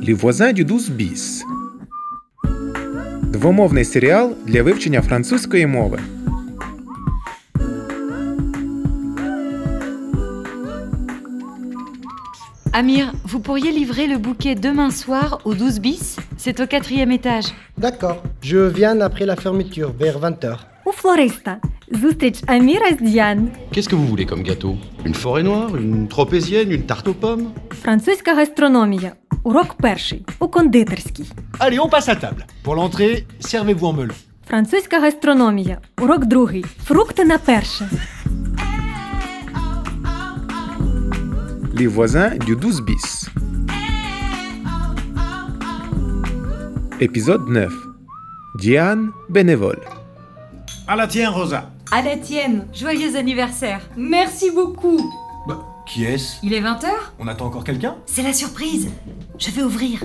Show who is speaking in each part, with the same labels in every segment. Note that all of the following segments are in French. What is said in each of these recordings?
Speaker 1: Les voisins du 12 bis. Двомовний серіал для вивчення французької мови.
Speaker 2: Amir, vous pourriez livrer le bouquet demain soir au 12 bis C'est au quatrième étage.
Speaker 3: D'accord, je viens après la fermeture, vers 20h.
Speaker 4: У флориста. Зустріч Аміра з Діан.
Speaker 5: Qu'est-ce que vous voulez comme gâteau Une forêt noire, une tropézienne, une tarte aux pommes
Speaker 4: Французька гастрономія. Урок перший у кондитерській.
Speaker 6: Allez, on passe à table. Pour l'entrée, servez-vous en melon.
Speaker 4: Французька гастрономія. Урок другий. Фрукти на перше.
Speaker 1: Les voisins du 12 bis. Épisode 9. Diane Bénévole.
Speaker 6: À la tienne, Rosa.
Speaker 2: À la tienne Joyeux anniversaire Merci beaucoup
Speaker 6: Bah, qui est-ce
Speaker 2: Il est 20h
Speaker 6: On attend encore quelqu'un
Speaker 2: C'est la surprise Je vais ouvrir.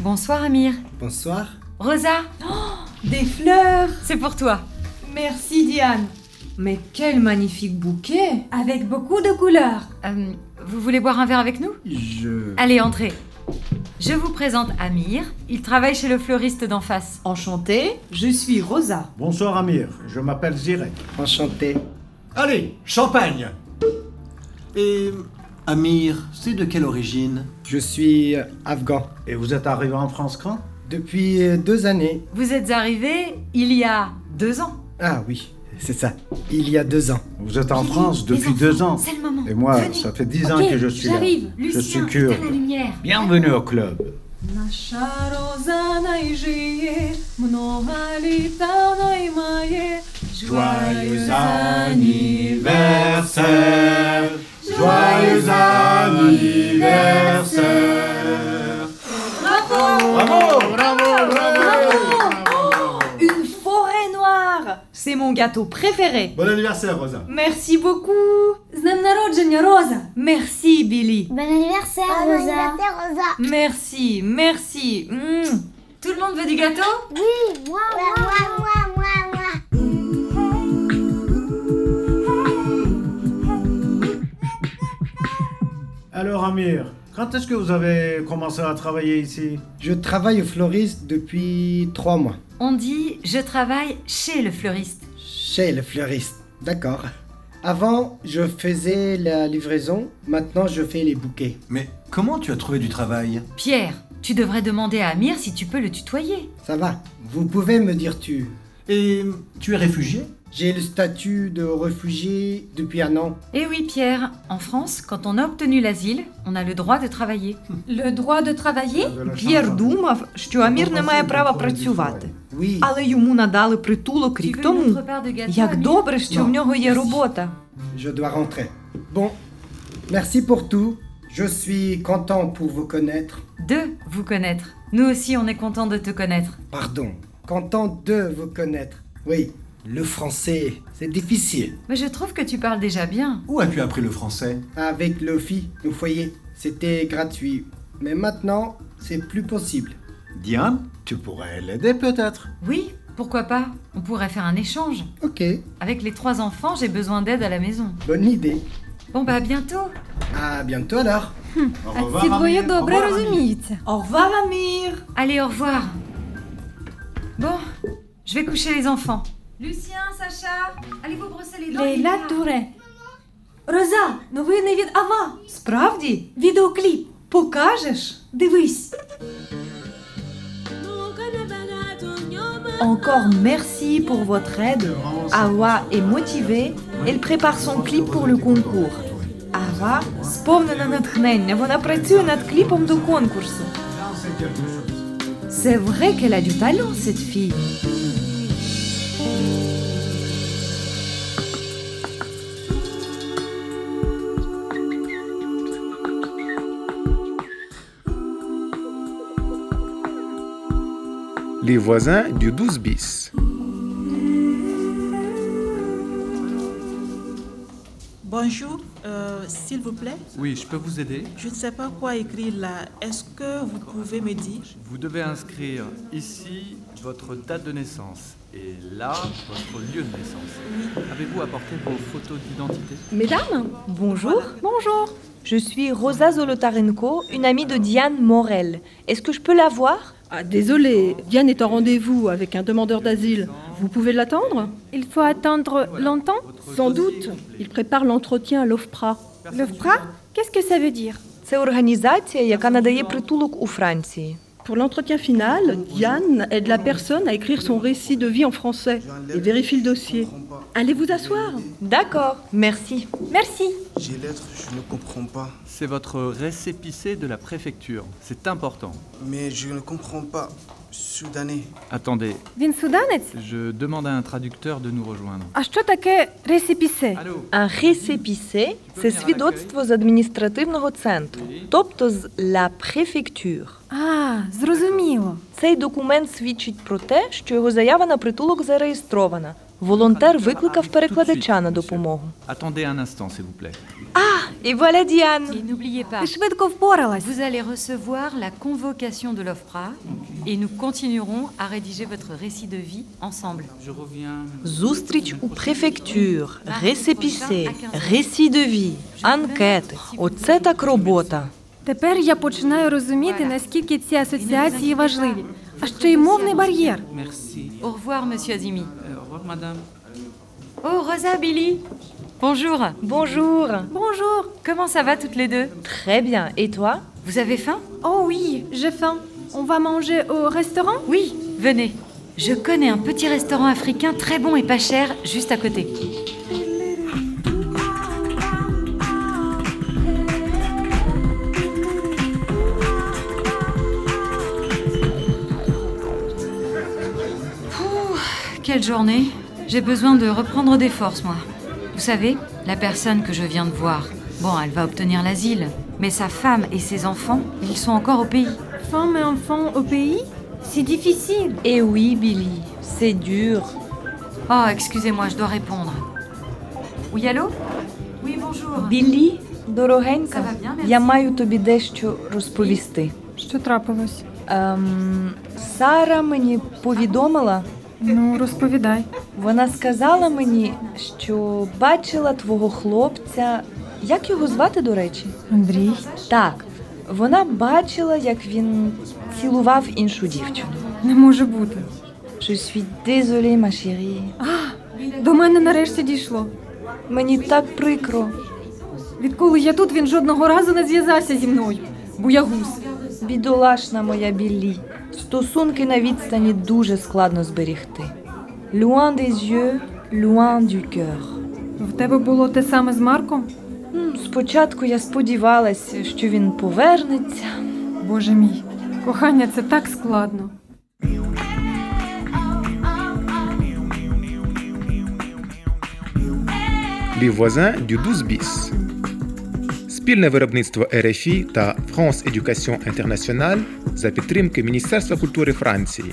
Speaker 2: Bonsoir Amir.
Speaker 3: Bonsoir.
Speaker 2: Rosa,
Speaker 7: Des fleurs
Speaker 2: c'est pour toi.
Speaker 7: Merci Diane Mais quel magnifique bouquet
Speaker 4: Avec beaucoup de couleurs.
Speaker 2: Euh, vous voulez boire un verre avec nous
Speaker 3: Je.
Speaker 2: Allez, entrez. Je vous présente Amir. Il travaille chez le fleuriste d'en face.
Speaker 7: Enchantée, je suis Rosa.
Speaker 8: Bonsoir Amir, je m'appelle Zirek.
Speaker 3: Enchanté.
Speaker 6: Allez, champagne
Speaker 9: Et Amir, c'est de quelle origine
Speaker 3: Je suis euh, afghan.
Speaker 8: Et vous êtes arrivé en France quand
Speaker 3: Depuis euh, deux années.
Speaker 2: Vous êtes arrivé il y a deux ans.
Speaker 3: Ah oui, c'est ça. Il y a deux ans.
Speaker 8: Vous êtes en France depuis deux ans.
Speaker 2: C'est le moment.
Speaker 8: Et moi,
Speaker 2: Venez.
Speaker 8: ça fait dix ans
Speaker 2: Ok,
Speaker 8: que je suis là.
Speaker 2: J'arrive. Lucien,
Speaker 8: suis kurde.
Speaker 2: éteins la lumière.
Speaker 8: Bienvenue au club.
Speaker 7: Наша роза найжиє, много літа наймає. Joyeux
Speaker 6: anniversaire Joyeux
Speaker 9: Euh,
Speaker 6: anniversaire Bravo Bravo
Speaker 7: Une forêt noire C'est mon gâteau préféré
Speaker 6: Bon anniversaire, Rosa.
Speaker 7: Merci beaucoup
Speaker 4: З днем народження, Роза!
Speaker 7: Merci Billy
Speaker 10: Bon anniversaire, Rosa.
Speaker 7: Merci, merci Mouah.
Speaker 2: Tout le monde veut du gâteau
Speaker 10: Moi, moi, moi, moi, moi.
Speaker 8: Alors Amir, quand est-ce que vous avez commencé à travailler ici
Speaker 3: Je travaille au fleuriste depuis trois mois.
Speaker 2: On dit je travaille chez le fleuriste.
Speaker 3: Chez le fleuriste. D'accord. Avant, je faisais la livraison. Maintenant, je fais les bouquets.
Speaker 9: Mais comment tu as trouvé du travail
Speaker 2: Pierre, tu devrais demander à Amir si tu peux le tutoyer.
Speaker 3: Ça va. Vous pouvez me dire tu.
Speaker 9: Et tu es réfugié
Speaker 3: J'ai le statut de réfugié depuis un an.
Speaker 2: Eh oui, Pierre, en France, quand on a obtenu l'asile, on a le droit de travailler.
Speaker 7: Le droit de travailler?
Speaker 8: Vous avez la chance,
Speaker 7: П'єр
Speaker 8: hein.
Speaker 7: думав, що Амір не має
Speaker 8: Попросив
Speaker 7: права
Speaker 8: ніколи не
Speaker 7: працювати,
Speaker 3: Oui.
Speaker 7: але йому надали притулок
Speaker 2: Tu
Speaker 7: рік
Speaker 2: veux une
Speaker 7: тому.
Speaker 2: autre part de gâteau,
Speaker 7: Як
Speaker 2: Amir
Speaker 7: добре,
Speaker 8: Ну.
Speaker 7: що в нього є робота.
Speaker 3: Je dois rentrer. Bon, merci pour tout. Je suis content pour vous connaître.
Speaker 2: De vous connaître. Nous aussi, on est content de te connaître.
Speaker 3: Pardon, content de vous connaître. Oui, le français, c'est difficile.
Speaker 2: Mais je trouve que tu parles déjà bien.
Speaker 9: Où as-tu appris le français
Speaker 3: Avec Lofi, au foyer, c'était gratuit. Mais maintenant, c'est plus possible.
Speaker 9: Diane
Speaker 8: Tu pourrais l'aider peut-être
Speaker 2: Oui, pourquoi pas On pourrait faire un échange.
Speaker 3: Ok,
Speaker 2: Avec les trois enfants, j'ai besoin d'aide à la maison.
Speaker 3: bonne idée.
Speaker 2: Bon bah à bientôt.
Speaker 3: À bientôt alors.
Speaker 6: Au
Speaker 4: А
Speaker 6: revoir,
Speaker 4: ці двоє
Speaker 6: Amir. Au
Speaker 4: добре
Speaker 6: revoir, Amir.
Speaker 4: розуміються.
Speaker 7: Орвар Амір!
Speaker 2: Allez, au revoir. Bon, je vais coucher les enfants. Lucien, Sacha, allez vous brosser les dents.
Speaker 4: Лейла Туре. Роза, новини від Ава.
Speaker 7: Справді?
Speaker 4: Відеокліп.
Speaker 7: Покажеш?
Speaker 4: Дивись.
Speaker 7: Encore merci pour votre aide. Awa est motivée. Elle prépare son clip pour le concours. Ава сповнена натхнення. Вона працює над кліпом до конкурсу. C'est vrai qu'elle a du talent, cette fille.
Speaker 1: Les voisins du 12 bis.
Speaker 11: Bonjour, euh, s'il vous plaît.
Speaker 12: Oui, je peux vous aider.
Speaker 11: Je ne sais pas quoi écrire là. Est-ce que vous pouvez me dire
Speaker 12: Vous devez inscrire ici votre date de naissance et là votre lieu de naissance. Avez-vous apporté vos photos d'identité
Speaker 7: Mesdames, bonjour. Bonjour. Je suis Rosa Zolotarenko, une amie de Diane Morel. Est-ce que je peux la voir
Speaker 13: Ah, désolé, Diane est en rendez-vous avec un demandeur d'asile. Vous pouvez l'attendre
Speaker 4: Il faut attendre longtemps
Speaker 13: Sans doute. Il prépare l'entretien à l'OFPRA.
Speaker 4: L'OFPRA Qu'est-ce que ça veut dire
Speaker 7: Це організація, яка надає притулок у Франції.
Speaker 13: Pour l'entretien final, Diane aide la personne à écrire son récit de vie en français et vérifie le dossier. Allez vous asseoir.
Speaker 7: D'accord, merci.
Speaker 4: Merci.
Speaker 14: J'ai lettre, je ne comprends pas.
Speaker 12: C'est votre récépissé de la préfecture. C'est important.
Speaker 14: Mais je ne comprends pas. Soudanais.
Speaker 12: Attendez,
Speaker 4: Він суданець?
Speaker 12: je demande à un traducteur de nous rejoindre.
Speaker 4: А що таке ресіпісе?
Speaker 7: Un récépissé – це свідоцтво з адміністративного центру, тобто з «la préfecture».
Speaker 4: А,
Speaker 7: Ah,
Speaker 4: зрозуміло.
Speaker 7: Цей документ свідчить про те, що його заява на притулок зареєстрована. Волонтер викликав перекладача на допомогу.
Speaker 12: Attendez un instant, s'il vous plaît.
Speaker 7: І voilà Діан.
Speaker 2: Et n'oubliez pas,
Speaker 4: Ти швидко впоралась.
Speaker 2: vous allez recevoir la convocation de l'OFPRA et nous continuerons à rédiger votre récit de vie ensemble.
Speaker 12: Je reviens.
Speaker 7: Зустріч у префектюр, ресепісе, ресі de vie, анкети. Оце так робота.
Speaker 4: Тепер я починаю розуміти, наскільки ці асоціації важливі. А ще й мовний бар'єр.
Speaker 12: Merci.
Speaker 2: Au revoir, monsieur Azimi.
Speaker 12: Euh, au revoir, madame.
Speaker 2: Oh, Rosa, Billy. Bonjour.
Speaker 7: Bonjour.
Speaker 2: Bonjour. Comment ça va toutes les deux
Speaker 7: Très bien. Et toi
Speaker 2: Vous avez faim
Speaker 4: Oh oui, j'ai faim. On va manger au restaurant
Speaker 2: Oui, venez. Je connais un petit restaurant africain très bon et pas cher, juste à côté. Pouh, Quelle journée J'ai besoin de reprendre des forces, moi. Vous savez, la personne que je viens de voir, bon, elle va obtenir l'asile, mais sa femme et ses enfants, ils sont encore au pays.
Speaker 4: Femme et enfant au pays C'est difficile.
Speaker 7: Eh oui, Billy, c'est dur.
Speaker 2: Oh, excusez-moi, je dois répondre. Oui, allô Oui, bonjour.
Speaker 7: Білі,
Speaker 2: Ça
Speaker 7: дорогенька,
Speaker 2: va bien, merci.
Speaker 7: я маю тобі дещо розповісти.
Speaker 4: Що трапилось?
Speaker 7: Ем, Сара мені повідомила,
Speaker 4: Ну, розповідай.
Speaker 7: вона сказала мені, що бачила твого хлопця. Як його звати, до речі?
Speaker 4: Андрій,
Speaker 7: Так, вона бачила, як він цілував іншу дівчину.
Speaker 4: не може бути.
Speaker 7: Je suis désolée, ma chérie.
Speaker 4: До мене нарешті дійшло.
Speaker 7: Мені так прикро.
Speaker 4: Відколи я тут, він жодного разу не зв'язався зі мною. Буягуз.
Speaker 7: Бідолашна моя Біллі. Стосунки на відстані дуже складно зберігти. Loin des yeux, loin du cœur.
Speaker 4: В тебе було те саме з Марком?
Speaker 7: М, Спочатку я сподівалася, що він повернеться.
Speaker 4: Боже мій, кохання це так складно.
Speaker 10: Oh,
Speaker 1: Les voisins du 12 bis. Спільне виробництво РФІ та France Education International за підтримки Міністерства культури Франції.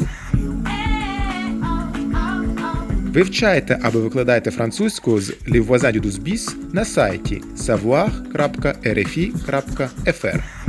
Speaker 1: Вивчайте або викладайте французьку з Les voisins du 12 bis на сайті savoir.rfi.fr.